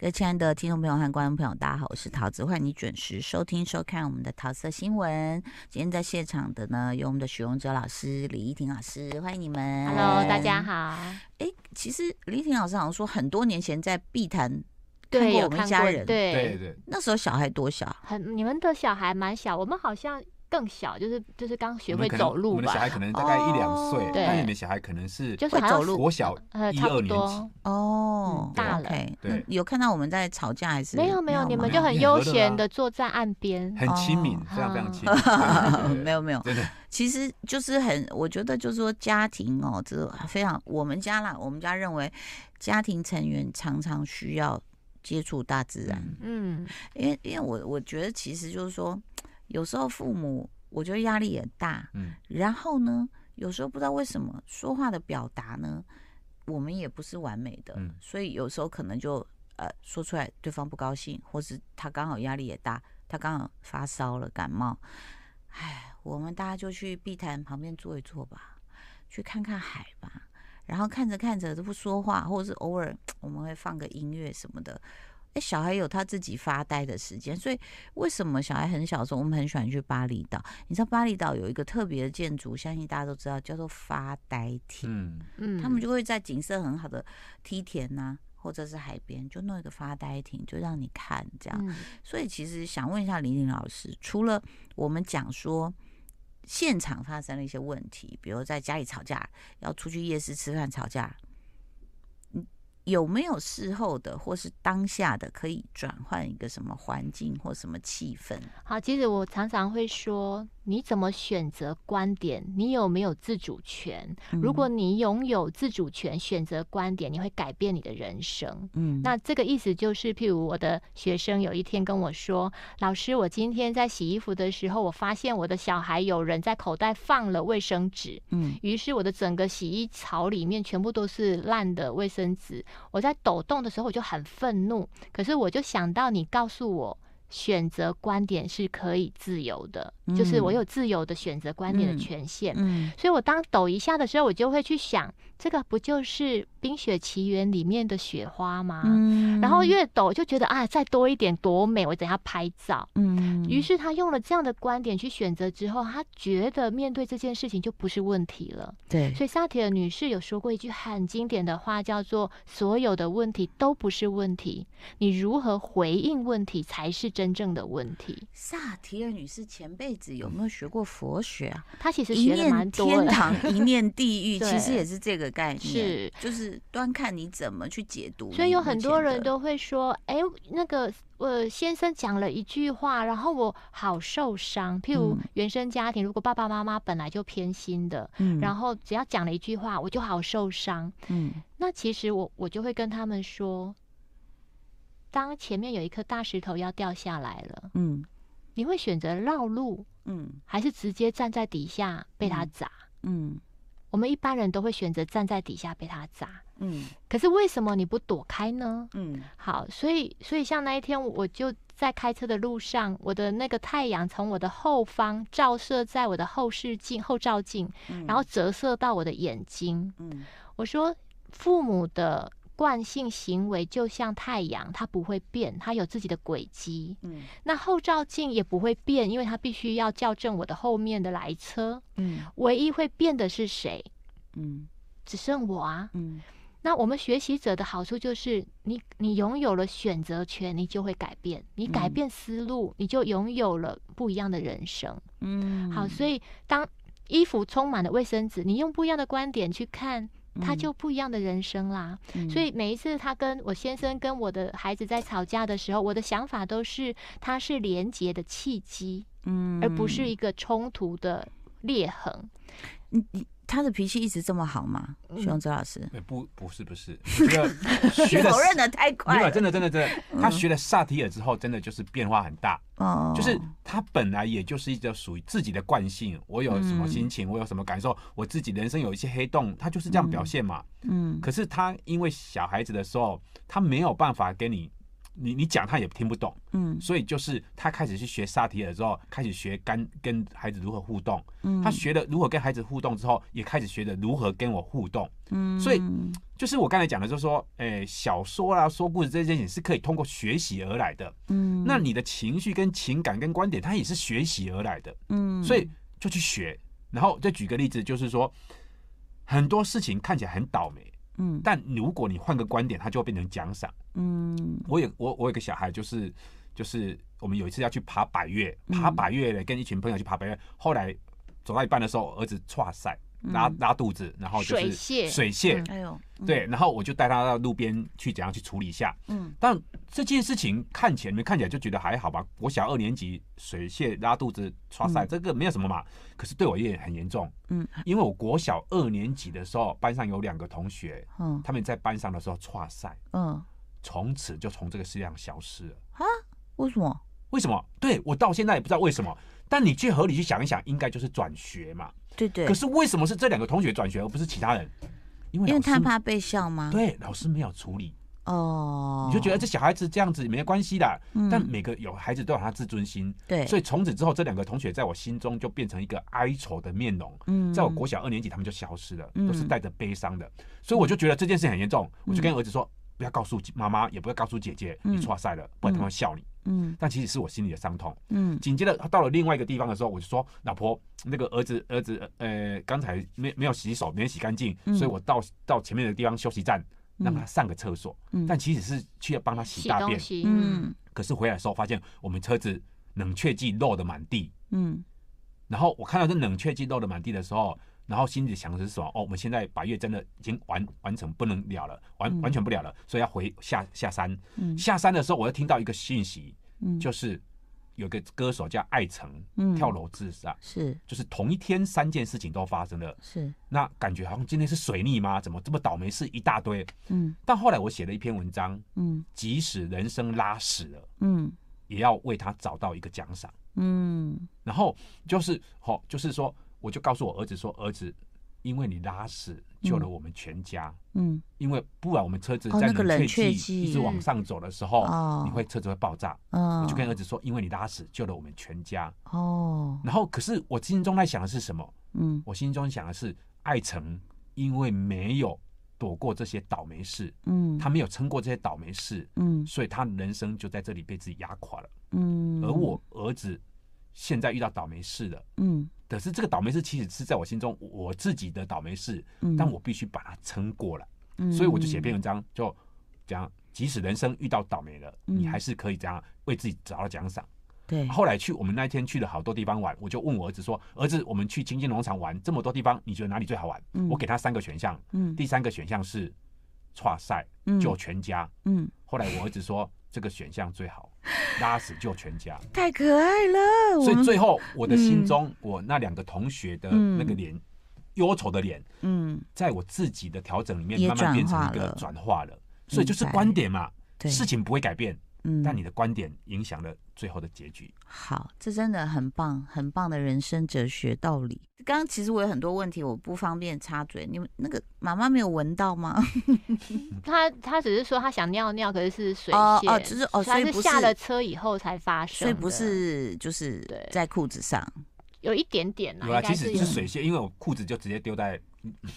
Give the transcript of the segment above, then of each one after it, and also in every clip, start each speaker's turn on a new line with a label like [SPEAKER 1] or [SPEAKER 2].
[SPEAKER 1] 各位亲爱的听众朋友和观众朋友，大家好，我是桃子，欢迎你准时收听收看我们的桃色新闻。今天在现场的呢，有我们的许荣哲老师、李依婷老师，欢迎你们。
[SPEAKER 2] Hello，大家。好。
[SPEAKER 1] 哎、其实李依婷老师好像说，很多年前在碧潭看
[SPEAKER 2] 对，
[SPEAKER 1] 过
[SPEAKER 2] 有
[SPEAKER 1] 我们
[SPEAKER 2] 看
[SPEAKER 1] 家
[SPEAKER 2] 过
[SPEAKER 1] 人，
[SPEAKER 2] 对
[SPEAKER 3] 对，对，
[SPEAKER 1] 那时候小孩多小？
[SPEAKER 2] 很你们的小孩蛮小，我们好像更小，就是就是刚学
[SPEAKER 3] 我
[SPEAKER 2] 会
[SPEAKER 3] 们可能
[SPEAKER 2] 走
[SPEAKER 3] 我
[SPEAKER 2] 路
[SPEAKER 3] 们的小
[SPEAKER 2] 吧
[SPEAKER 3] 孩，可能大概一两岁
[SPEAKER 1] 哦，
[SPEAKER 2] 对
[SPEAKER 3] 但你们小孩可能是
[SPEAKER 2] 就是
[SPEAKER 1] 会
[SPEAKER 2] 好
[SPEAKER 1] 走
[SPEAKER 2] 像
[SPEAKER 1] 路
[SPEAKER 3] 国小
[SPEAKER 2] 呃
[SPEAKER 3] 一
[SPEAKER 2] 差
[SPEAKER 3] 二
[SPEAKER 2] 不
[SPEAKER 3] 年级
[SPEAKER 2] 多。。
[SPEAKER 1] 哦，
[SPEAKER 2] 大
[SPEAKER 1] o
[SPEAKER 2] 了
[SPEAKER 1] k
[SPEAKER 3] 对
[SPEAKER 1] 有看到我们在吵架还是
[SPEAKER 2] 没有没有，你们
[SPEAKER 1] 吗
[SPEAKER 2] 就
[SPEAKER 3] 没
[SPEAKER 2] 很
[SPEAKER 3] 有
[SPEAKER 2] 悠
[SPEAKER 3] 很和乐
[SPEAKER 2] 闲
[SPEAKER 3] 啊
[SPEAKER 2] 的坐在岸边。
[SPEAKER 3] 很亲民
[SPEAKER 1] 哦，
[SPEAKER 3] 非常非常
[SPEAKER 2] 嗯
[SPEAKER 3] 亲民对对对对，
[SPEAKER 1] 没有没有，
[SPEAKER 3] 真的
[SPEAKER 1] 其实就是很，我觉得就是说家庭哦，这非常我们家啦，我们家认为家庭成员常常需要接触大自然，
[SPEAKER 3] 嗯
[SPEAKER 2] 嗯，
[SPEAKER 1] 因为因为我我觉得其实就是说，有时候父母我觉得压力也大，
[SPEAKER 3] 嗯，
[SPEAKER 1] 然后呢，有时候不知道为什么说话的表达呢，我们也不是完美的，
[SPEAKER 3] 嗯
[SPEAKER 1] 所以有时候可能就呃说出来对方不高兴，或是他刚好压力也大，他刚好发烧了感冒，哎，我们大家就去碧潭旁边坐一坐吧，去看看海吧。然后看着看着都不说话，或者是偶尔我们会放个音乐什么的。哎，小孩有他自己发呆的时间，所以为什么小孩很小的时候，我们很喜欢去巴厘岛？你知道巴厘岛有一个特别的建筑，相信大家都知道，叫做发呆亭。
[SPEAKER 3] 嗯，
[SPEAKER 2] 嗯，
[SPEAKER 1] 他们就会在景色很好的梯田呐、或者是海边，就弄一个发呆亭，就让你看这样。
[SPEAKER 2] 嗯
[SPEAKER 1] 所以其实想问一下林玲老师，除了我们讲说现场发生了一些问题，比如在家里吵架，要出去夜市吃饭吵架，嗯有没有事后的或是当下的可以转换一个什么环境或什么气氛？
[SPEAKER 2] 好，其实我常常会说，你怎么选择观点？你有没有自主权？
[SPEAKER 1] 嗯
[SPEAKER 2] 如果你拥有自主权，选择观点，你会改变你的人生。
[SPEAKER 1] 嗯，
[SPEAKER 2] 那这个意思就是，譬如我的学生有一天跟我说：“老师，我今天在洗衣服的时候，我发现我的小孩有人在口袋放了卫生纸，
[SPEAKER 1] 嗯
[SPEAKER 2] 于是我的整个洗衣槽里面全部都是烂的卫生纸。我在抖动的时候，我就很愤怒。可是我就想到你告诉我，选择观点是可以自由的，就是我
[SPEAKER 1] 嗯
[SPEAKER 2] 有自由的选择观
[SPEAKER 1] 嗯
[SPEAKER 2] 点的权限。
[SPEAKER 1] 嗯
[SPEAKER 2] 所以我当抖一下的时候，我就会去想，这个不就是《冰雪奇缘》里面的雪花吗？
[SPEAKER 1] 嗯
[SPEAKER 2] 啊然后越抖就觉得啊，再多一点多美，我等下拍照。
[SPEAKER 1] 嗯
[SPEAKER 2] 于是他用了这样的观点去选择之后，他觉得面对这件事情就不是问题了。
[SPEAKER 1] 对
[SPEAKER 2] 所以萨提尔女士有说过一句很经典的话，叫做“所有的问题都不是问题，你如何回应问题才是真正的问题
[SPEAKER 1] 萨提尔女士前辈子有没有学过佛学啊？”。
[SPEAKER 2] 她其实
[SPEAKER 1] 一
[SPEAKER 2] 学的蛮
[SPEAKER 1] 念
[SPEAKER 2] 多
[SPEAKER 1] 天
[SPEAKER 2] 的，
[SPEAKER 1] 堂， 一念地狱，
[SPEAKER 2] 对
[SPEAKER 1] 其实也是这个概念，
[SPEAKER 2] 是
[SPEAKER 1] 就是端看你怎么去解读你目前的。
[SPEAKER 2] 所以有很多人都会说：“哎，那个呃，先生讲了一句话，然后我好受伤。”譬如
[SPEAKER 1] 嗯
[SPEAKER 2] 原生家庭，如果爸爸妈妈本来就偏心的，
[SPEAKER 1] 嗯，
[SPEAKER 2] 然后只要讲了一句话，我就好受伤。
[SPEAKER 1] 嗯
[SPEAKER 2] 那其实我我就会跟他们说，当前面有一颗大石头要掉下来了，
[SPEAKER 1] 嗯
[SPEAKER 2] 你会选择绕路，
[SPEAKER 1] 嗯
[SPEAKER 2] 还是直接站在底下被它
[SPEAKER 1] 嗯
[SPEAKER 2] 砸？
[SPEAKER 1] 嗯
[SPEAKER 2] 我们一般人都会选择站在底下被它砸。
[SPEAKER 1] 嗯
[SPEAKER 2] 可是为什么你不躲开呢？
[SPEAKER 1] 嗯
[SPEAKER 2] 好，所以所以像那一天，我就在开车的路上，我的那个太阳从我的后方照射在我的后视镜、后照镜，
[SPEAKER 1] 嗯，
[SPEAKER 2] 然后折射到我的眼睛。
[SPEAKER 1] 嗯
[SPEAKER 2] 我说，父母的惯性行为就像太阳，它不会变，它有自己的轨迹。
[SPEAKER 1] 嗯
[SPEAKER 2] 那后照镜也不会变，因为它必须要校正我的后面的来车。
[SPEAKER 1] 嗯
[SPEAKER 2] 唯一会变的是谁？
[SPEAKER 1] 嗯
[SPEAKER 2] 只剩我啊！
[SPEAKER 1] 嗯
[SPEAKER 2] 那我们学习者的好处就是你，你拥有了选择权，你就会改变，你改
[SPEAKER 1] 嗯
[SPEAKER 2] 变思路，你就拥有了不一样的人生。
[SPEAKER 1] 嗯，
[SPEAKER 2] 好，所以当衣服充满了卫生纸，你用不一样的观点去看，它就不一样的人生啦。
[SPEAKER 1] 嗯
[SPEAKER 2] 所以每一次他跟我先生跟我的孩子在吵架的时候，我的想法都是它是连结的契机，
[SPEAKER 1] 嗯
[SPEAKER 2] 而不是一个冲突的裂痕。
[SPEAKER 1] 你你他的脾气一直这么好吗？
[SPEAKER 2] 嗯
[SPEAKER 1] 徐荣哲老师，
[SPEAKER 3] 呃不不是不是，我觉得学的
[SPEAKER 1] 否认的太
[SPEAKER 3] 没
[SPEAKER 1] 快
[SPEAKER 3] 有啊
[SPEAKER 1] 了，
[SPEAKER 3] 真的真的真的，他学了萨提尔之后，真的就是变化很大。
[SPEAKER 1] 哦，
[SPEAKER 3] 就是他本来也就是一个属于自己的惯性，我有什么
[SPEAKER 1] 嗯
[SPEAKER 3] 心情，我有什么感受，我自己人生有一些黑洞，他就是这样表现嘛。
[SPEAKER 1] 嗯
[SPEAKER 3] 可是他因为小孩子的时候，他没有办法给你你你讲他也听不懂，
[SPEAKER 1] 嗯
[SPEAKER 3] 所以就是他开始去学萨提尔之后，开始学跟跟孩子如何互动，
[SPEAKER 1] 嗯，
[SPEAKER 3] 他学了如何跟孩子互动之后，也开始学着如何跟我互动。
[SPEAKER 1] 嗯，
[SPEAKER 3] 所以就是我刚才讲的，就是说，诶、小说啦、说故事这件事情是可以通过学习而来的。
[SPEAKER 1] 嗯，
[SPEAKER 3] 那你的情绪、跟情感、跟观点，它也是学习而来的，
[SPEAKER 1] 嗯，
[SPEAKER 3] 所以就去学。然后再举个例子，就是说，很多事情看起来很倒霉，
[SPEAKER 1] 嗯
[SPEAKER 3] 但如果你换个观点，它就会变成奖赏。
[SPEAKER 1] 嗯
[SPEAKER 3] 我有我我有个小孩，就是就是我们有一次要去爬百越，爬
[SPEAKER 1] 嗯
[SPEAKER 3] 百越嘞，跟一群朋友去爬百越，后来走到一半的时候，儿子唰塞拉拉肚子，然后就是
[SPEAKER 2] 水泄
[SPEAKER 3] 水
[SPEAKER 2] 嗯
[SPEAKER 3] 泄
[SPEAKER 1] 嗯哎呦，嗯
[SPEAKER 3] 对，，然后我就带他到路边去怎样去处理一下。
[SPEAKER 1] 嗯
[SPEAKER 3] 但这件事情看起来，你们看起来就觉得还好吧？我小二年级水泄拉肚子、刷塞，
[SPEAKER 1] 嗯
[SPEAKER 3] 这个没有什么嘛。可是对我也很严重，
[SPEAKER 1] 嗯
[SPEAKER 3] 因为我国小二年级的时候，班上有两个同学，
[SPEAKER 1] 嗯
[SPEAKER 3] 他们在班上的时候刷塞，
[SPEAKER 1] 嗯，
[SPEAKER 3] 从此就从这个世界上消失了。
[SPEAKER 1] 为什么？
[SPEAKER 3] 为什么？对我到现在也不知道为什么。但你去合理去想一想，应该就是转学嘛。
[SPEAKER 1] 对对
[SPEAKER 3] 可，是为什么是这两个同学转学，而不是其他人？因为
[SPEAKER 1] 因
[SPEAKER 3] 老
[SPEAKER 1] 为
[SPEAKER 3] 师
[SPEAKER 1] 他怕被笑吗？
[SPEAKER 3] 对老师没有处理。
[SPEAKER 1] 哦，
[SPEAKER 3] 你就觉得这小孩子这样子没关系啦。
[SPEAKER 1] 嗯
[SPEAKER 3] 但每个有孩子都有他自尊心，
[SPEAKER 1] 对，
[SPEAKER 3] 所
[SPEAKER 1] 以
[SPEAKER 3] 以从此之后，这两个同学在我心中就变成一个哀愁的面容。
[SPEAKER 1] 嗯
[SPEAKER 3] 在我国小二年级，他们就消失了，
[SPEAKER 1] 嗯
[SPEAKER 3] 都是带着悲伤的。所以我就觉得这件事很严重，我就跟儿子说。不要告诉妈妈，也不要告诉姐姐，
[SPEAKER 1] 嗯
[SPEAKER 3] 你错赛了，不然他们会笑你。
[SPEAKER 1] 嗯
[SPEAKER 3] 但其实是我心里的伤痛。
[SPEAKER 1] 嗯
[SPEAKER 3] 紧接着他到了另外一个地方的时候，我就说：“老婆，那个儿子儿子呃，刚才没没有洗手，没洗干净，
[SPEAKER 1] 嗯
[SPEAKER 3] 所以我到到前面的地方休息站，让他上个厕所。
[SPEAKER 1] 嗯
[SPEAKER 3] 但其实是去帮他洗
[SPEAKER 2] 洗
[SPEAKER 3] 大便
[SPEAKER 2] 东。西，嗯，
[SPEAKER 1] 嗯
[SPEAKER 3] 可是回来的时候发现我们车子冷却剂漏的满地，
[SPEAKER 1] 嗯
[SPEAKER 3] 然后我看到这冷却剂漏的满地的时候，然后心里想的是什么？哦，我们现在白月真的已经完完成不能了了，完
[SPEAKER 1] 嗯
[SPEAKER 3] 完全不了了，所以要回下下山。
[SPEAKER 1] 嗯
[SPEAKER 3] 下山的时候，我又听到一个讯息，
[SPEAKER 1] 嗯，
[SPEAKER 3] 就是有个歌手叫艾诚
[SPEAKER 1] 嗯
[SPEAKER 3] 跳楼自杀。
[SPEAKER 1] 是
[SPEAKER 3] 就是同一天三件事情都发生了，
[SPEAKER 1] 是
[SPEAKER 3] 那感觉好像今天是水逆吗？怎么这么倒霉事一大堆？
[SPEAKER 1] 嗯
[SPEAKER 3] 但后来我写了一篇文章，
[SPEAKER 1] 嗯
[SPEAKER 3] 即使人生拉屎了，
[SPEAKER 1] 嗯
[SPEAKER 3] 也要为他找到一个奖赏。
[SPEAKER 1] 嗯
[SPEAKER 3] 然后就是，好、就是说，我就告诉我儿子说，儿子，因为你拉屎救了我们全家，
[SPEAKER 1] 嗯
[SPEAKER 3] 因为不然我们车子
[SPEAKER 1] 哦
[SPEAKER 3] 在
[SPEAKER 1] 那个
[SPEAKER 3] 冷
[SPEAKER 1] 冷
[SPEAKER 3] 却
[SPEAKER 1] 却
[SPEAKER 3] 剂
[SPEAKER 1] 剂
[SPEAKER 3] 一直往上走的时候，
[SPEAKER 1] 哦
[SPEAKER 3] 你会车子会爆炸。
[SPEAKER 1] 嗯，
[SPEAKER 3] 我就跟儿子说，因为你拉屎救了我们全家。
[SPEAKER 1] 哦
[SPEAKER 3] 然后，可是我心中在想的是什么？
[SPEAKER 1] 嗯
[SPEAKER 3] 我心中想的是，艾诚因为没有躲过这些倒霉事，
[SPEAKER 1] 嗯
[SPEAKER 3] 他没有撑过这些倒霉事，
[SPEAKER 1] 嗯
[SPEAKER 3] 所以他人生就在这里被自己压垮了。
[SPEAKER 1] 嗯，
[SPEAKER 3] 而我儿子现在遇到倒霉事了。
[SPEAKER 1] 嗯
[SPEAKER 3] 可是这个倒霉事其实是在我心中我自己的倒霉事，
[SPEAKER 1] 嗯，
[SPEAKER 3] 但我必须把它撑过来，所以我就写篇文章，就讲即使人生遇到倒霉了，
[SPEAKER 1] 嗯
[SPEAKER 3] 你还是可以这样为自己找到奖赏。
[SPEAKER 1] 对，
[SPEAKER 3] 后来去我们那一天去了好多地方玩，我就问我儿子说：“儿子，我们去清境农场玩这么多地方，你觉得哪里最好玩？”
[SPEAKER 1] 嗯
[SPEAKER 3] 我给他三个选项，
[SPEAKER 1] 嗯
[SPEAKER 3] 第三个选项是跨赛
[SPEAKER 1] 嗯
[SPEAKER 3] 救全家。
[SPEAKER 1] 嗯
[SPEAKER 3] 后来我儿子说这个选项最 好，拉屎救全家。
[SPEAKER 1] 太可爱了，
[SPEAKER 3] 所
[SPEAKER 1] 我
[SPEAKER 3] 以
[SPEAKER 1] 们嗯
[SPEAKER 3] 最后我的心中，我那两个同学的那个脸，忧愁的脸，
[SPEAKER 1] 嗯
[SPEAKER 3] 在我自己的调整里面
[SPEAKER 1] 也
[SPEAKER 3] 慢慢变成
[SPEAKER 1] 转化
[SPEAKER 3] 一个
[SPEAKER 1] 了
[SPEAKER 3] 转化了。所以就是
[SPEAKER 1] 明白
[SPEAKER 3] 观点嘛，
[SPEAKER 1] 对
[SPEAKER 3] 事情不会改变，
[SPEAKER 1] 嗯，
[SPEAKER 3] 但你的观点影响了最后的结局。
[SPEAKER 1] 好，这真的很棒，很棒的人生哲学道理。刚刚其实我有很多问题，我不方便插嘴。你们那个妈妈没有闻到吗？
[SPEAKER 3] 嗯
[SPEAKER 2] 他他只是说他想尿尿，可是是水
[SPEAKER 1] 哦
[SPEAKER 2] 泄，
[SPEAKER 1] 哦就是哦所
[SPEAKER 2] 他
[SPEAKER 1] 以
[SPEAKER 2] 是
[SPEAKER 1] 不
[SPEAKER 2] 下
[SPEAKER 1] 是
[SPEAKER 2] 了车以后才发生
[SPEAKER 1] 所
[SPEAKER 2] 的，
[SPEAKER 1] 以不是就是
[SPEAKER 2] 对
[SPEAKER 1] 在裤子上
[SPEAKER 2] 有一点点啦，
[SPEAKER 3] 有啦，
[SPEAKER 2] 应该
[SPEAKER 3] 其实
[SPEAKER 2] 有
[SPEAKER 3] 是水泄，因为我裤子就直接丢在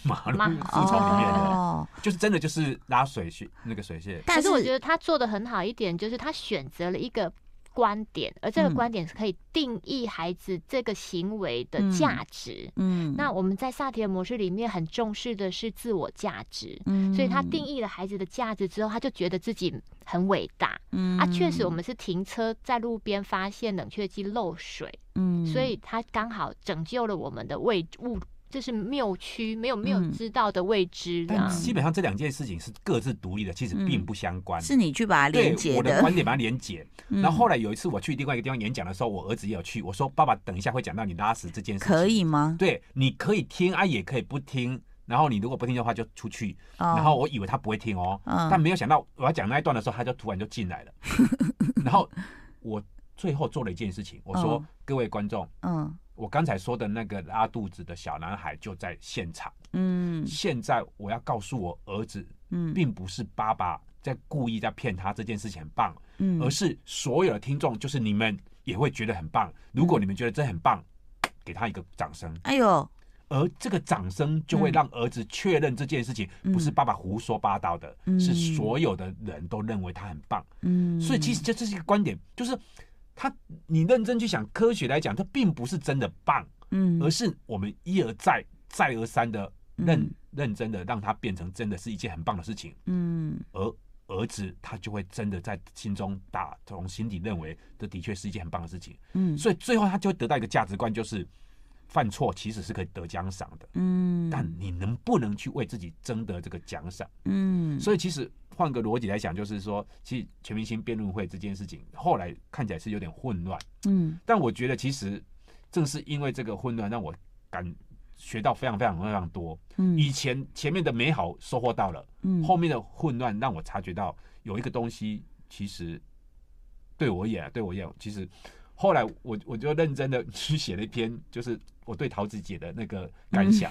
[SPEAKER 3] 马路
[SPEAKER 2] 马
[SPEAKER 3] 马路丛里面了，
[SPEAKER 1] 哦。
[SPEAKER 3] 就是真的就是拉水泄那个水泄。
[SPEAKER 1] 但
[SPEAKER 2] 可
[SPEAKER 1] 是
[SPEAKER 2] 是我觉得他做的很好一点，就是他选择了一个观点，而这个
[SPEAKER 1] 嗯
[SPEAKER 2] 观点是可以定义孩子这个行为的价值。
[SPEAKER 1] 嗯，
[SPEAKER 2] 那我们在萨提尔模式里面很重视的是自我价值，
[SPEAKER 1] 嗯
[SPEAKER 2] 所以他定义了孩子的价值之后，他就觉得自己很伟大。
[SPEAKER 1] 嗯
[SPEAKER 2] 啊，确实我们是停车在路边发现冷却剂漏水，
[SPEAKER 1] 嗯
[SPEAKER 2] 所以他刚好拯救了我们的未物，就是谬区，没有没有
[SPEAKER 1] 嗯
[SPEAKER 2] 知道的未知这
[SPEAKER 3] 但
[SPEAKER 2] 样。
[SPEAKER 3] 基本上这两件事情是各自独立的，其实并不相关。
[SPEAKER 1] 嗯是你去把它
[SPEAKER 3] 对
[SPEAKER 1] 连接
[SPEAKER 3] 我的
[SPEAKER 1] 的，
[SPEAKER 3] 观点把它连结。
[SPEAKER 1] 嗯
[SPEAKER 3] 然后后来有一次我去另外一个地方演讲的时候，我儿子也有去，我说爸爸等一下会讲到你拉屎这件事情，
[SPEAKER 1] 可，以吗？
[SPEAKER 3] 对，你可以听啊，也可以不听。然后你如果不听的话就出去。
[SPEAKER 1] 哦
[SPEAKER 3] 然后我以为他不会听哦，
[SPEAKER 1] 嗯
[SPEAKER 3] 但没有想到我要讲那一段的时候，他就突然就进 来了。然后我最后做了一件事情，我说、
[SPEAKER 1] 嗯
[SPEAKER 3] 各位观众，
[SPEAKER 1] 嗯
[SPEAKER 3] 我刚才说的那个拉肚子的小男孩就在现场。
[SPEAKER 1] 嗯
[SPEAKER 3] 现在我要告诉我儿子，
[SPEAKER 1] 嗯
[SPEAKER 3] 并不是爸爸在故意在骗他这件事情很棒，
[SPEAKER 1] 嗯，
[SPEAKER 3] 而是所有的听众就是你们也会觉得很棒。如果你们觉得这很棒，给他一个掌声，
[SPEAKER 1] 哎呦，
[SPEAKER 3] 而这个掌声就会
[SPEAKER 1] 嗯
[SPEAKER 3] 让儿子确认这件事情不是
[SPEAKER 1] 嗯
[SPEAKER 3] 爸爸胡说八道的，
[SPEAKER 1] 嗯
[SPEAKER 3] 是所有的人都认为他很棒。
[SPEAKER 1] 嗯，
[SPEAKER 3] 所以其实这这是一个观点，就是他你认真去想，科学来讲，它并不是真的棒，
[SPEAKER 1] 嗯，
[SPEAKER 3] 而是我们一而再、再而三的认
[SPEAKER 1] 嗯
[SPEAKER 3] 认真的让它变成真的是一件很棒的事情，
[SPEAKER 1] 嗯
[SPEAKER 3] 而儿子他就会真的在心中打从心底认为这的确是一件很棒的事情，
[SPEAKER 1] 嗯，
[SPEAKER 3] 所以最后他就会得到一个价值观，就是犯错其实是可以得奖赏的。
[SPEAKER 1] 嗯，
[SPEAKER 3] 但你能不能去为自己争得这个奖赏？
[SPEAKER 1] 嗯，
[SPEAKER 3] 所以其实换个逻辑来讲，就是说，其实全明星辩论会这件事情后来看起来是有点混乱，
[SPEAKER 1] 以嗯
[SPEAKER 3] 但我觉得其实正是因为这个混乱，让我感学到非常非常非常多。
[SPEAKER 1] 嗯
[SPEAKER 3] 以前前面的美好收获到了，
[SPEAKER 1] 嗯
[SPEAKER 3] 后面的混乱让我察觉到有一个东西，其实对我也对我也其实。后来我我就认真的去写了一篇，就是我对桃子姐的那个感想。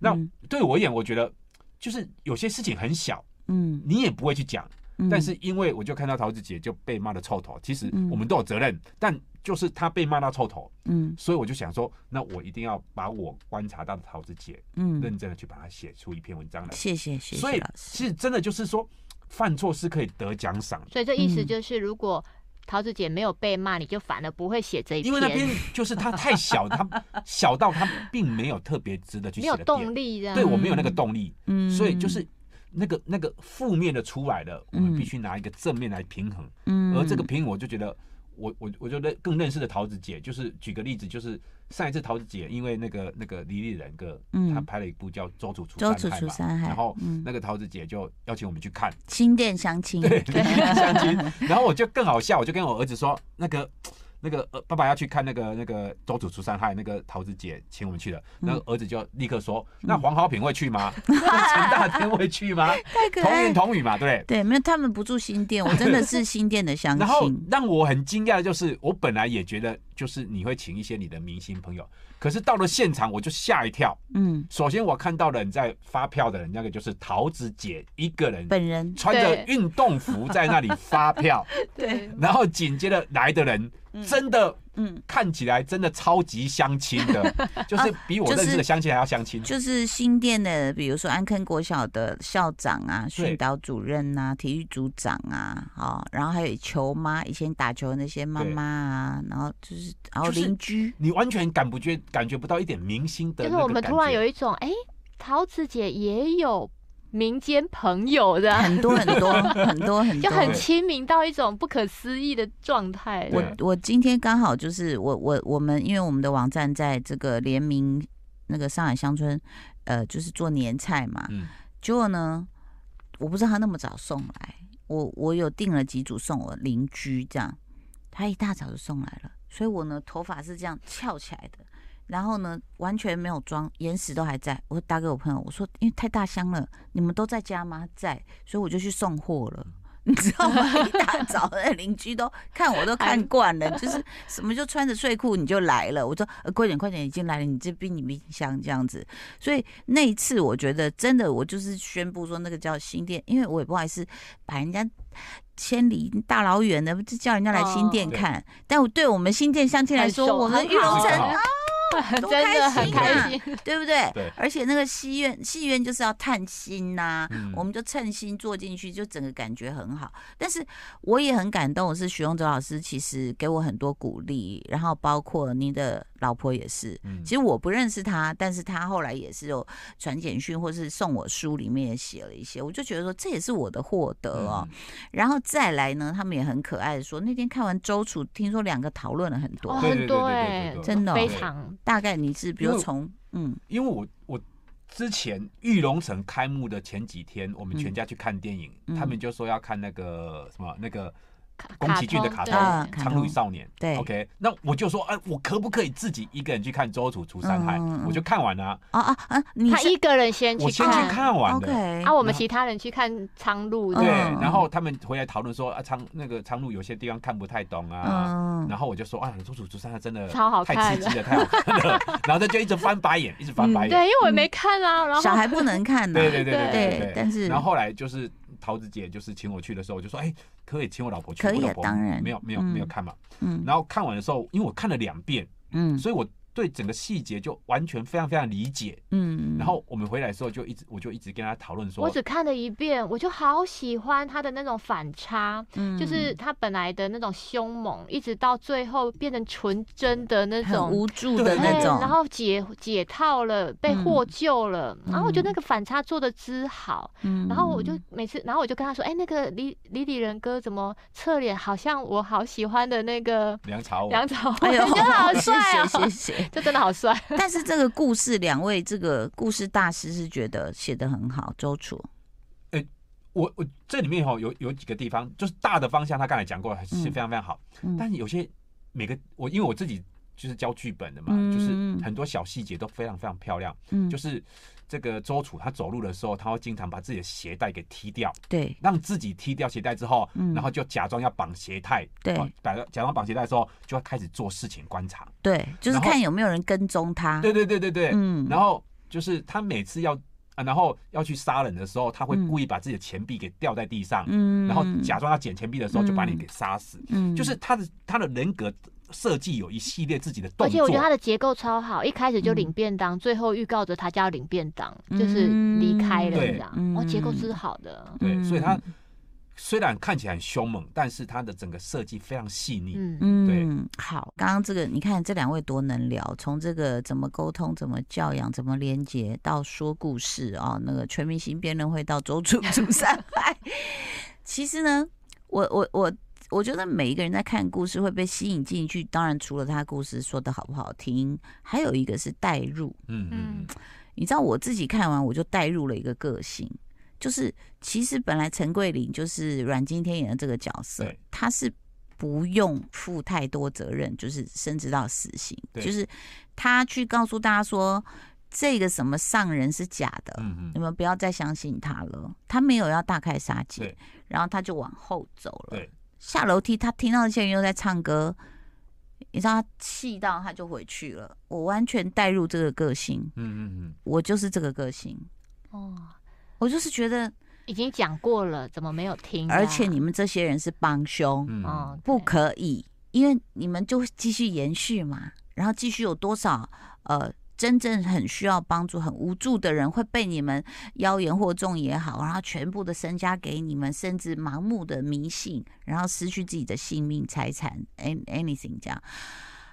[SPEAKER 3] 那
[SPEAKER 1] 嗯
[SPEAKER 3] 对我而言，我觉得就是有些事情很小，
[SPEAKER 1] 嗯，
[SPEAKER 3] 你也不会去讲，
[SPEAKER 1] 嗯
[SPEAKER 3] 但是因为我就看到桃子姐就被骂的臭头，其实
[SPEAKER 1] 嗯
[SPEAKER 3] 我们都有责任，但就是她被骂到臭头，
[SPEAKER 1] 嗯
[SPEAKER 3] 所以我就想说，那我一定要把我观察到的桃子姐
[SPEAKER 1] 嗯，
[SPEAKER 3] 认真的去把它写出一篇文章来。
[SPEAKER 1] 谢谢谢
[SPEAKER 3] 所
[SPEAKER 1] 谢
[SPEAKER 3] 以
[SPEAKER 1] 老师，
[SPEAKER 3] 其实真的就是说，犯错是可以得奖赏的，
[SPEAKER 2] 所以这意思
[SPEAKER 1] 嗯
[SPEAKER 2] 就是，如果桃子姐没有被骂，你就反而不会写这一
[SPEAKER 3] 因
[SPEAKER 2] 篇，
[SPEAKER 3] 为那边就是它 太小，它小到它并没有特别值得去
[SPEAKER 2] 没
[SPEAKER 3] 写
[SPEAKER 2] 有
[SPEAKER 3] 的
[SPEAKER 2] 动
[SPEAKER 3] 点，
[SPEAKER 2] 力这啊样。
[SPEAKER 3] 对我没有那个动力，
[SPEAKER 1] 嗯，
[SPEAKER 3] 所以就是。那个那个负面的出来了，我
[SPEAKER 1] 嗯
[SPEAKER 3] 们必须拿一个正面来平衡。
[SPEAKER 1] 嗯，
[SPEAKER 3] 而这个评语，我就觉得，我我我就认更认识的桃子姐，就是举个例子，就是上一次桃子姐因为那个那个李李仁哥，
[SPEAKER 1] 嗯
[SPEAKER 3] 他拍了一部叫《周楚楚
[SPEAKER 1] 周
[SPEAKER 3] 山
[SPEAKER 1] 楚
[SPEAKER 3] 海》
[SPEAKER 1] 楚
[SPEAKER 3] 嘛，
[SPEAKER 1] 山海
[SPEAKER 3] 然后
[SPEAKER 1] 嗯
[SPEAKER 3] 那个桃子姐就邀请我们去看，
[SPEAKER 1] 新店相亲，对
[SPEAKER 3] 相亲，然后我就更好笑，我就跟我儿子说，那个那个呃，爸爸要去看那个那个周楚楚山海，那个桃子姐请我们去的，
[SPEAKER 1] 嗯
[SPEAKER 3] 然后儿子就立刻说，那黄好品会 去吗？那陈大天会去吗？
[SPEAKER 1] 太可
[SPEAKER 3] 同
[SPEAKER 1] 爱了，
[SPEAKER 3] 言同语嘛，对不对？
[SPEAKER 1] 对，没有他们不住新店，我真的是新店的相
[SPEAKER 3] 然后
[SPEAKER 1] 亲，
[SPEAKER 3] 让我很惊讶的就是，我本来也觉得就是你会请一些你的明星朋友，可是到了现场我就吓一跳。
[SPEAKER 1] 嗯，
[SPEAKER 3] 首先我看到了你在发票的人，那个就是桃子姐一个人
[SPEAKER 1] 本人
[SPEAKER 3] 穿着运动服在那里发票，
[SPEAKER 1] 对，
[SPEAKER 3] 然后紧接着来的人真的
[SPEAKER 1] 嗯，
[SPEAKER 3] 看起来真的超级相亲的，就是比我认识的相亲还要相亲。
[SPEAKER 1] 就是新店的，比如说安坑国小的校长啊、训导主任啊、体育组长啊，哦，然后还有球妈，以前打球的那些妈妈啊，然后就是然后
[SPEAKER 3] 就是
[SPEAKER 1] 邻居，
[SPEAKER 3] 你完全感不觉感觉不到一点明星的
[SPEAKER 2] 就是
[SPEAKER 3] 那个
[SPEAKER 2] 我们
[SPEAKER 3] 感
[SPEAKER 2] 突然
[SPEAKER 3] 觉
[SPEAKER 2] 有一种，哎、桃子姐也有民间朋友的啊，
[SPEAKER 1] 很多很 多很多很
[SPEAKER 2] 就
[SPEAKER 1] 多，
[SPEAKER 2] 很亲民到一种不可思议的状态。
[SPEAKER 3] 对
[SPEAKER 1] 我我今天刚好就是我我我们因为我们的网站在这个联名那个上海乡村，呃，就是做年菜嘛，
[SPEAKER 3] 嗯
[SPEAKER 1] 结果呢，我不知道他那么早送来，我我有订了几组送我邻居这样，他一大早就送来了，所以我呢头发是这样翘起来的，然后呢完全没有装，眼屎都还在。我打给我朋友，我说因为太大箱了，你们都在家吗？在，所以我就去送货了。 你知道吗？一大早的邻居都看我都看惯了，就是什么就穿着睡裤你就来了。我说、呃、快点快点，已经来了，你这冰你冰箱这样子。所以那一次，我觉得真的，我就是宣布说那个叫新店，因为我也不好意思把人家千里大老远的就叫人家来新店
[SPEAKER 3] 哦
[SPEAKER 1] 看。但我对我们新店相亲来说，
[SPEAKER 2] 很熟
[SPEAKER 1] 我们
[SPEAKER 2] 很
[SPEAKER 1] 玉龙
[SPEAKER 2] 好
[SPEAKER 1] 城
[SPEAKER 3] 啊
[SPEAKER 1] 多 啊
[SPEAKER 2] 真的很
[SPEAKER 3] 开
[SPEAKER 2] 开心。
[SPEAKER 1] 对不对？
[SPEAKER 3] 对
[SPEAKER 1] 而且那个戏院，戏院就是要探心呐、
[SPEAKER 3] 嗯
[SPEAKER 1] 我们就趁心坐进去，就整个感觉很好。但是我也很感动，是许荣哲老师，其实给我很多鼓励，然后包括您的老婆也是。
[SPEAKER 3] 嗯
[SPEAKER 1] 其实我不认识他，但是他后来也是有传简讯，或是送我书，里面也写了一些，我就觉得说这也是我的获得哦。
[SPEAKER 3] 嗯
[SPEAKER 2] 嗯
[SPEAKER 1] 然后再来呢，他们也很可爱的说，那天看完周楚，听说两个讨论了很多，
[SPEAKER 2] 哦，
[SPEAKER 3] 对
[SPEAKER 2] 很
[SPEAKER 3] 对对
[SPEAKER 2] 多
[SPEAKER 3] 对对
[SPEAKER 2] 哎、
[SPEAKER 3] 对对
[SPEAKER 1] 真的哦
[SPEAKER 2] 非常
[SPEAKER 1] 大概你是比
[SPEAKER 3] 因
[SPEAKER 1] 如
[SPEAKER 3] 为
[SPEAKER 1] 从嗯
[SPEAKER 3] 因为我我之前玉龙城开幕的前几天，我们全家去看电影，
[SPEAKER 1] 嗯
[SPEAKER 3] 他们就说要看那个什么那个
[SPEAKER 2] 卡
[SPEAKER 3] 宫崎骏的卡
[SPEAKER 2] 通
[SPEAKER 3] 通
[SPEAKER 2] 对
[SPEAKER 1] 啊
[SPEAKER 3] 《
[SPEAKER 1] 卡
[SPEAKER 3] 苍鹭与
[SPEAKER 1] 通
[SPEAKER 3] 少年》。
[SPEAKER 1] 对
[SPEAKER 3] ，OK，那我就说，哎、我可不可以自己一个人去看《周楚除山海》
[SPEAKER 1] 嗯嗯嗯
[SPEAKER 3] 我就看完了、啊，
[SPEAKER 1] 啊啊啊，你
[SPEAKER 2] 他
[SPEAKER 1] 是
[SPEAKER 2] 一个人先去
[SPEAKER 3] 我先去看完
[SPEAKER 1] o
[SPEAKER 3] 的。
[SPEAKER 1] k
[SPEAKER 2] 啊，我们其他人去看苍鹭
[SPEAKER 3] 对，
[SPEAKER 2] 的，
[SPEAKER 1] 嗯
[SPEAKER 3] 然后他们回来讨论说啊，苍那个苍鹭有些地方看不太懂啊，
[SPEAKER 1] 嗯
[SPEAKER 3] 然后我就说啊，《周楚除山海》真的
[SPEAKER 2] 超好
[SPEAKER 3] 太
[SPEAKER 2] 看
[SPEAKER 3] 刺激了，太好看 了，然后他就一直翻白眼，一直翻白
[SPEAKER 2] 对，
[SPEAKER 3] 眼，
[SPEAKER 2] 因为我也没看啊，然后
[SPEAKER 1] 小孩不能看呐、
[SPEAKER 3] 对对对对对
[SPEAKER 1] 嗯对但是
[SPEAKER 3] 然后后来就是桃子姐就是请我去的时候，我就说，哎、可以请我老婆去，
[SPEAKER 1] 可以啊
[SPEAKER 3] 我老婆
[SPEAKER 1] 当然
[SPEAKER 3] 没有没有没有看嘛。
[SPEAKER 1] 嗯
[SPEAKER 3] 然后看完的时候，因为我看了两遍，
[SPEAKER 1] 嗯
[SPEAKER 3] 所以我对整个细节就完全非常非常理解。
[SPEAKER 1] 嗯，
[SPEAKER 3] 然后我们回来的时候，就一直我就一直跟他讨论
[SPEAKER 2] 我
[SPEAKER 3] 说，
[SPEAKER 2] 只看了一遍，我就好喜欢他的那种反差，
[SPEAKER 1] 嗯
[SPEAKER 2] 就是他本来的那种凶猛，一直到最后变成纯真的那
[SPEAKER 1] 很
[SPEAKER 2] 种。
[SPEAKER 1] 无助的
[SPEAKER 3] 对
[SPEAKER 1] 那
[SPEAKER 2] 哎
[SPEAKER 1] 种，
[SPEAKER 2] 然后解解套了，被
[SPEAKER 1] 嗯
[SPEAKER 2] 获救了，然后我觉得
[SPEAKER 1] 嗯
[SPEAKER 2] 那个反差做的之好，
[SPEAKER 1] 嗯
[SPEAKER 2] 然后我就每次，然后我就跟他说，哎、那个李李李仁哥怎么侧脸好像我好喜欢的那个
[SPEAKER 3] 梁朝伟，
[SPEAKER 2] 梁朝
[SPEAKER 1] 哎
[SPEAKER 2] 伟，
[SPEAKER 1] 呦
[SPEAKER 2] 真的好帅 啊、
[SPEAKER 1] 谢谢谢谢。
[SPEAKER 2] 这真的好 帅。
[SPEAKER 1] 但是这个故事，两位这个故事大师是觉得写得很好，周楚，
[SPEAKER 3] 我我这里面哈有有几个地方，就是大的方向，他刚才讲过是非常非常好，
[SPEAKER 1] 嗯
[SPEAKER 3] 但是有些每个我因为我自己就是教剧本的嘛，
[SPEAKER 1] 嗯
[SPEAKER 3] 就是很多小细节都非常非常漂亮。
[SPEAKER 1] 嗯
[SPEAKER 3] 就是这个周楚他走路的时候，他会经常把自己的鞋带给踢掉，
[SPEAKER 1] 对
[SPEAKER 3] 让自己踢掉鞋带之后，
[SPEAKER 1] 嗯
[SPEAKER 3] 然后就假装要绑鞋带，
[SPEAKER 1] 对
[SPEAKER 3] 哦假假装绑鞋带的时候，就要开始做事情观察。
[SPEAKER 1] 对，就是
[SPEAKER 3] 然后
[SPEAKER 1] 看有没有人跟踪他，
[SPEAKER 3] 对对对对对，
[SPEAKER 1] 啊嗯
[SPEAKER 3] 然后就是他每次要啊，然后要去杀人的时候，他会故意把自己的钱币给掉在地上，
[SPEAKER 1] 嗯
[SPEAKER 3] 然后假装要捡钱币的时候，就把你
[SPEAKER 1] 嗯
[SPEAKER 3] 给杀死。
[SPEAKER 1] 嗯
[SPEAKER 3] 就是他的他的人格设计有一系列自己的动
[SPEAKER 2] 而且我觉得他
[SPEAKER 3] 作，
[SPEAKER 2] 的结构超好，一开始就
[SPEAKER 1] 嗯
[SPEAKER 2] 领便当，最后预告着他就要领便当，就是离开了
[SPEAKER 3] 对
[SPEAKER 2] 这样，
[SPEAKER 1] 嗯
[SPEAKER 2] 哦，结构之好的，
[SPEAKER 3] 对，所以他
[SPEAKER 1] 嗯
[SPEAKER 3] 虽然看起来很凶猛，但是他的整个设计非常细腻。
[SPEAKER 2] 嗯，
[SPEAKER 1] 嗯，好，刚刚这个你看这两位多能聊，从这个怎么沟通、怎么教养、怎么连接，到说故事啊、那个全明星辩论会到周楚楚三害，其实呢，我我我。我觉得每一个人在看故事会被吸引进去，当然除了他故事说的好不好听，还有一个是代入。
[SPEAKER 3] 嗯嗯嗯，
[SPEAKER 1] 你知道我自己看完我就带入了一个个性，就是其实本来陈桂林就是阮经天演的这个角色
[SPEAKER 3] 对，
[SPEAKER 1] 他是不用负太多责任，就是升职到死刑，
[SPEAKER 3] 对
[SPEAKER 1] 就是他去告诉大家说这个什么上人是假的，
[SPEAKER 3] 嗯
[SPEAKER 1] 你
[SPEAKER 3] 嗯，
[SPEAKER 1] 们不要再相信他了，他没有要大开杀戒
[SPEAKER 3] 对，
[SPEAKER 1] 然后他就往后走了
[SPEAKER 3] 对。
[SPEAKER 1] 下楼梯，他听到那些人又在唱歌，你知道他气到他就回去了。我完全带入这个个性，
[SPEAKER 3] 嗯嗯嗯，
[SPEAKER 1] 我就是这个个性，
[SPEAKER 2] 哦，
[SPEAKER 1] 我就是觉得，
[SPEAKER 2] 已经讲过了，怎么没有听啊？
[SPEAKER 1] 而且你们这些人是帮凶，
[SPEAKER 3] 嗯
[SPEAKER 2] 哦，对
[SPEAKER 1] 不可以，因为你们就会继续延续嘛，然后继续有多少呃真正很需要帮助、很无助的人会被你们妖言惑众也好，然后全部的身家给你们，甚至盲目的迷信，然后失去自己的性命、财产，an anything 这样。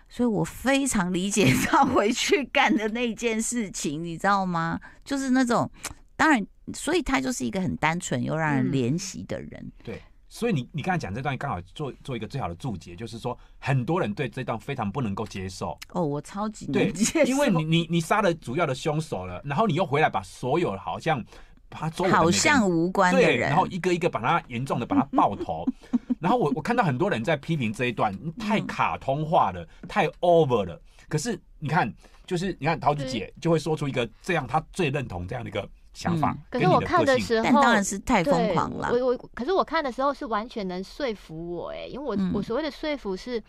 [SPEAKER 1] 所以我非常理解他回去干的那件事情，你知道吗？就是那种，当然，所以他就是一个很单纯又让人
[SPEAKER 2] 嗯
[SPEAKER 1] 怜惜的人。
[SPEAKER 3] 对。所以你你刚才讲这段刚好做做一个最好的注解，就是说很多人对这段非常不能够接受，
[SPEAKER 1] 哦，我超级
[SPEAKER 3] 对
[SPEAKER 1] 能接，受，
[SPEAKER 3] 因为你你你杀了主要的凶手了，然后你又回来把所有好像把他周围的每个
[SPEAKER 1] 好
[SPEAKER 3] 人
[SPEAKER 1] 像无关的
[SPEAKER 3] 对，
[SPEAKER 1] 人，
[SPEAKER 3] 然后一个一个把他严重的把他爆 头，然后我我看到很多人在批评这一段太卡通化了，太 over 了。可是你看，就是你看桃子姐就会说出一个这样她最认同这样的一个想法
[SPEAKER 1] 嗯，
[SPEAKER 2] 可
[SPEAKER 3] 跟
[SPEAKER 2] 是
[SPEAKER 3] 你
[SPEAKER 2] 我
[SPEAKER 3] 的
[SPEAKER 2] 看
[SPEAKER 3] 个
[SPEAKER 2] 的
[SPEAKER 3] 性
[SPEAKER 2] 时候，
[SPEAKER 1] 但当然是太
[SPEAKER 2] 对
[SPEAKER 1] 疯狂了。
[SPEAKER 2] 我我可是我看的时候是完全能说服我哎、因为我、
[SPEAKER 1] 嗯
[SPEAKER 2] 我所谓的说服是，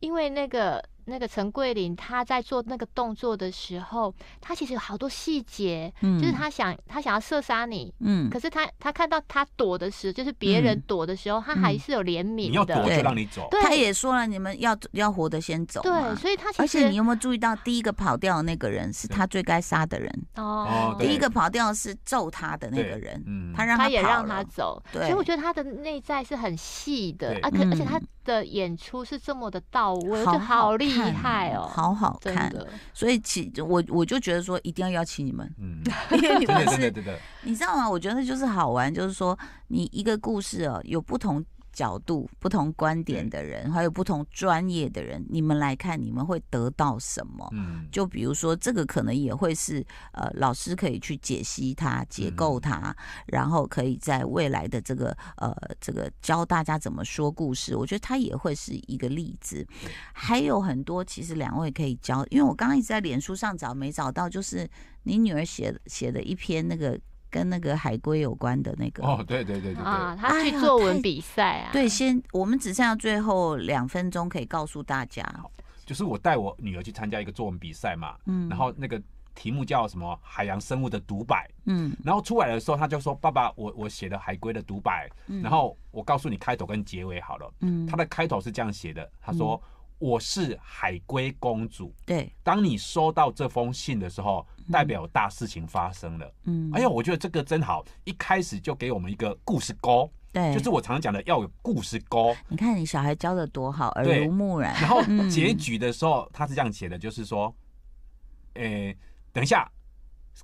[SPEAKER 2] 因为那个那个陈桂林他在做那个动作的时候，他其实有好多细节，
[SPEAKER 1] 嗯
[SPEAKER 2] 就是他想他想要射杀你。
[SPEAKER 1] 嗯，
[SPEAKER 2] 可是他他看到他躲的时候，就是别人
[SPEAKER 1] 嗯
[SPEAKER 2] 躲的时候，他还
[SPEAKER 1] 嗯
[SPEAKER 2] 是有怜
[SPEAKER 3] 你
[SPEAKER 2] 悯
[SPEAKER 3] 要
[SPEAKER 2] 的。
[SPEAKER 3] 躲
[SPEAKER 1] 对
[SPEAKER 3] 就让你走，
[SPEAKER 2] 对
[SPEAKER 1] 他也说了，你们要要活得先走嘛
[SPEAKER 2] 对，。所以他其
[SPEAKER 1] 而且
[SPEAKER 2] 实
[SPEAKER 1] 你有没有注意到，第一个跑掉的那个人是他最该杀的人，
[SPEAKER 2] 哦
[SPEAKER 3] 哦，对
[SPEAKER 1] 第一个跑掉的是揍他的那个人，
[SPEAKER 3] 嗯
[SPEAKER 1] 他让
[SPEAKER 2] 他
[SPEAKER 1] 他
[SPEAKER 2] 也
[SPEAKER 1] 跑
[SPEAKER 2] 让他
[SPEAKER 1] 了。
[SPEAKER 2] 走，
[SPEAKER 1] 对
[SPEAKER 2] 所以我觉得他的内在是很细的
[SPEAKER 3] 对
[SPEAKER 2] 啊，可而且他
[SPEAKER 1] 嗯
[SPEAKER 2] 的演出是这么的到位，我觉
[SPEAKER 1] 好
[SPEAKER 2] 得好厉
[SPEAKER 1] 看
[SPEAKER 2] 害哦，
[SPEAKER 1] 好好
[SPEAKER 2] 真
[SPEAKER 1] 看。
[SPEAKER 2] 的，
[SPEAKER 1] 所以其我我就觉得说，一定要邀请你们，
[SPEAKER 3] 嗯，
[SPEAKER 1] 因为你
[SPEAKER 3] 真的
[SPEAKER 1] 们
[SPEAKER 3] 真
[SPEAKER 1] 是
[SPEAKER 3] 的真的，
[SPEAKER 1] 你知道吗？我觉得就是好玩，就是说你一个故事哦，有不同角度、不同观点的人，还有不同专业的人，你们来看，你们会得到什么？
[SPEAKER 3] 嗯，
[SPEAKER 1] 就比如说，这个可能也会是呃，老师可以去解析它、解
[SPEAKER 3] 嗯
[SPEAKER 1] 构它，然后可以在未来的这个呃这个教大家怎么说故事，我觉得它也会是一个例子。还有很多其实两位可以教，因为我刚刚一直在脸书上找，没找到，就是你女儿写写的一篇那个跟那个海龟有关的那个。
[SPEAKER 3] 哦，对对对对
[SPEAKER 2] 啊
[SPEAKER 3] 对，，
[SPEAKER 2] 他
[SPEAKER 1] 哎
[SPEAKER 2] 去
[SPEAKER 1] 呀
[SPEAKER 2] 作
[SPEAKER 1] 太
[SPEAKER 2] 文比赛啊，
[SPEAKER 1] 对，先我们只剩下最后两分钟可以告诉大家，
[SPEAKER 3] 就是我带我女儿去参加一个作文比赛嘛，
[SPEAKER 1] 嗯，
[SPEAKER 3] 然后那个题目叫什么“海洋生物的独白
[SPEAKER 1] 嗯”，
[SPEAKER 3] 然后出来的时候他就说：“爸爸，我我写的海龟的独白。”
[SPEAKER 1] 嗯
[SPEAKER 3] 然后我告诉你开头跟结尾好了。
[SPEAKER 1] 嗯，
[SPEAKER 3] 他的开头是这样写的，他说：“我是海龟公主。
[SPEAKER 1] 对，
[SPEAKER 3] 当你收到这封信的时候，代表有大事情发生了。
[SPEAKER 1] 嗯，
[SPEAKER 3] 哎呀，我觉得这个真好，一开始就给我们一个故事钩，
[SPEAKER 1] 对，
[SPEAKER 3] 就是我常讲的要有故事 钩。
[SPEAKER 1] 你看你小孩教的多好，耳
[SPEAKER 3] 对
[SPEAKER 1] 濡目染，
[SPEAKER 3] 然后结局的时候，他是这样写的，就是说，
[SPEAKER 1] 嗯
[SPEAKER 3] 诶、等一下，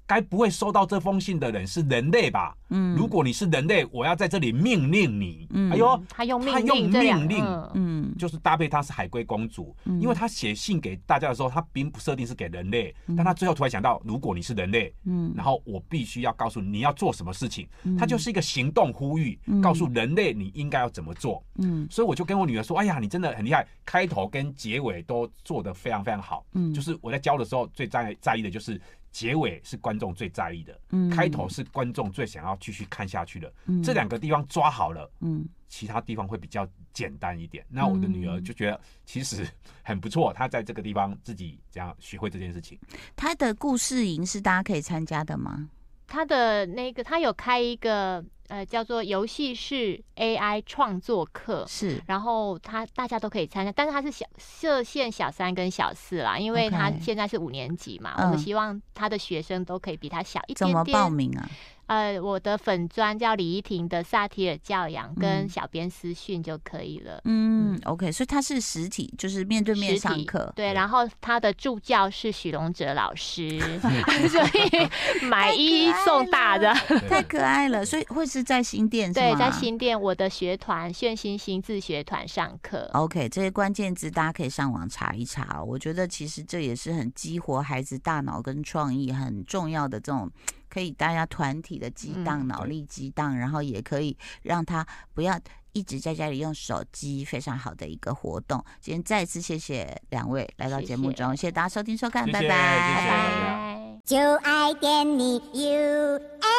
[SPEAKER 3] 该不会收到这封信的人是人类吧？
[SPEAKER 1] 嗯，
[SPEAKER 3] 如果你是人类，我要在这里命令你。
[SPEAKER 1] 嗯
[SPEAKER 3] 哎呦，
[SPEAKER 2] 他用
[SPEAKER 3] 他
[SPEAKER 2] 命
[SPEAKER 3] 用
[SPEAKER 2] 令这两
[SPEAKER 3] 命令
[SPEAKER 2] 个，
[SPEAKER 1] 嗯
[SPEAKER 3] 就是搭配她是海龟公主，
[SPEAKER 1] 嗯
[SPEAKER 3] 因为她写信给大家的时候，她并不设定是给人类，但她最后突然想到，如果你是人类，
[SPEAKER 1] 嗯
[SPEAKER 3] 然后我必须要告诉你你要做什么事情，
[SPEAKER 1] 嗯
[SPEAKER 3] 它就是一个行动呼吁
[SPEAKER 1] 嗯，
[SPEAKER 3] 告诉人类你应该要怎么做。
[SPEAKER 1] 嗯
[SPEAKER 3] 所以我就跟我女儿说：“哎呀，你真的很厉害，开头跟结尾都做得非常非常好。
[SPEAKER 1] 嗯
[SPEAKER 3] 就是我在教的时候最在在意的就是结尾是观众最在意的，
[SPEAKER 1] 嗯
[SPEAKER 3] 开头是观众最想要继续看下去的。
[SPEAKER 1] 嗯
[SPEAKER 3] 这两个地方抓好了，
[SPEAKER 1] 嗯
[SPEAKER 3] 其他地方会比较简单一点。那我的女儿就觉得其实很不错，她在这个地方自己这样学会这件事情。
[SPEAKER 1] 他的故事营是大家可以参加的吗？
[SPEAKER 2] 他的那个他有开一个呃叫做游戏式 AI 创作课，
[SPEAKER 1] 是，
[SPEAKER 2] 然后他大家都可以参加，但是他是小设限小三跟小四啦，因为他
[SPEAKER 1] OK
[SPEAKER 2] 现在是五年级嘛
[SPEAKER 1] 嗯
[SPEAKER 2] 我们希望他的学生都可以比他小一
[SPEAKER 1] 怎
[SPEAKER 2] 点
[SPEAKER 1] 么报
[SPEAKER 2] 点。
[SPEAKER 1] 名啊？
[SPEAKER 2] 呃，我的粉砖叫李依婷的萨提尔教养，
[SPEAKER 1] 嗯
[SPEAKER 2] 跟小编私讯就可以了。
[SPEAKER 1] 嗯，OK，所以它是实体，就是面对面
[SPEAKER 2] 实
[SPEAKER 1] 上
[SPEAKER 2] 体
[SPEAKER 1] 课。
[SPEAKER 2] 对，
[SPEAKER 3] 对
[SPEAKER 2] 然后他的助教是许龙哲老师，所以买一送大的。
[SPEAKER 1] 太可爱了，所以会是在新店是
[SPEAKER 2] 对，
[SPEAKER 1] 吗？
[SPEAKER 2] 在新店我的学团炫星星自学团上课。
[SPEAKER 1] OK，这些关键字大家可以上网查一查哦、我觉得其实这也是很激活孩子大脑跟创意很重要的这种，可以大家团体的激荡、
[SPEAKER 2] 嗯
[SPEAKER 1] 脑
[SPEAKER 3] 对
[SPEAKER 1] 力激荡，然后也可以让他不要一直在家里用手机，非常好的一个活动。今天再次谢谢两位来到
[SPEAKER 2] 谢
[SPEAKER 1] 节目
[SPEAKER 2] 谢
[SPEAKER 1] 中，谢谢大家收听收看，
[SPEAKER 3] 谢谢
[SPEAKER 1] 拜
[SPEAKER 3] 谢谢
[SPEAKER 1] 拜
[SPEAKER 2] 拜
[SPEAKER 3] 大家
[SPEAKER 2] 拜。
[SPEAKER 4] 就爱点你 U。F